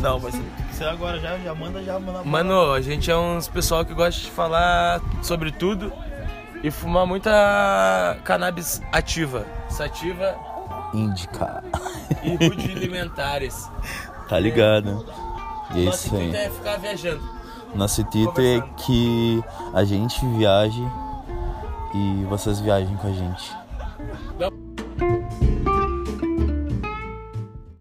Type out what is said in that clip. Não, mas. Você agora já, já manda, já manda. Mano, a gente é uns pessoal que gosta de falar sobre tudo e fumar muita cannabis ativa. Sativa Indica. e rudimentares. Tá ligado? E é Nossa isso aí. intuito é ficar viajando. Nosso intuito é Conversando. que a gente viaje e vocês viajem com a gente.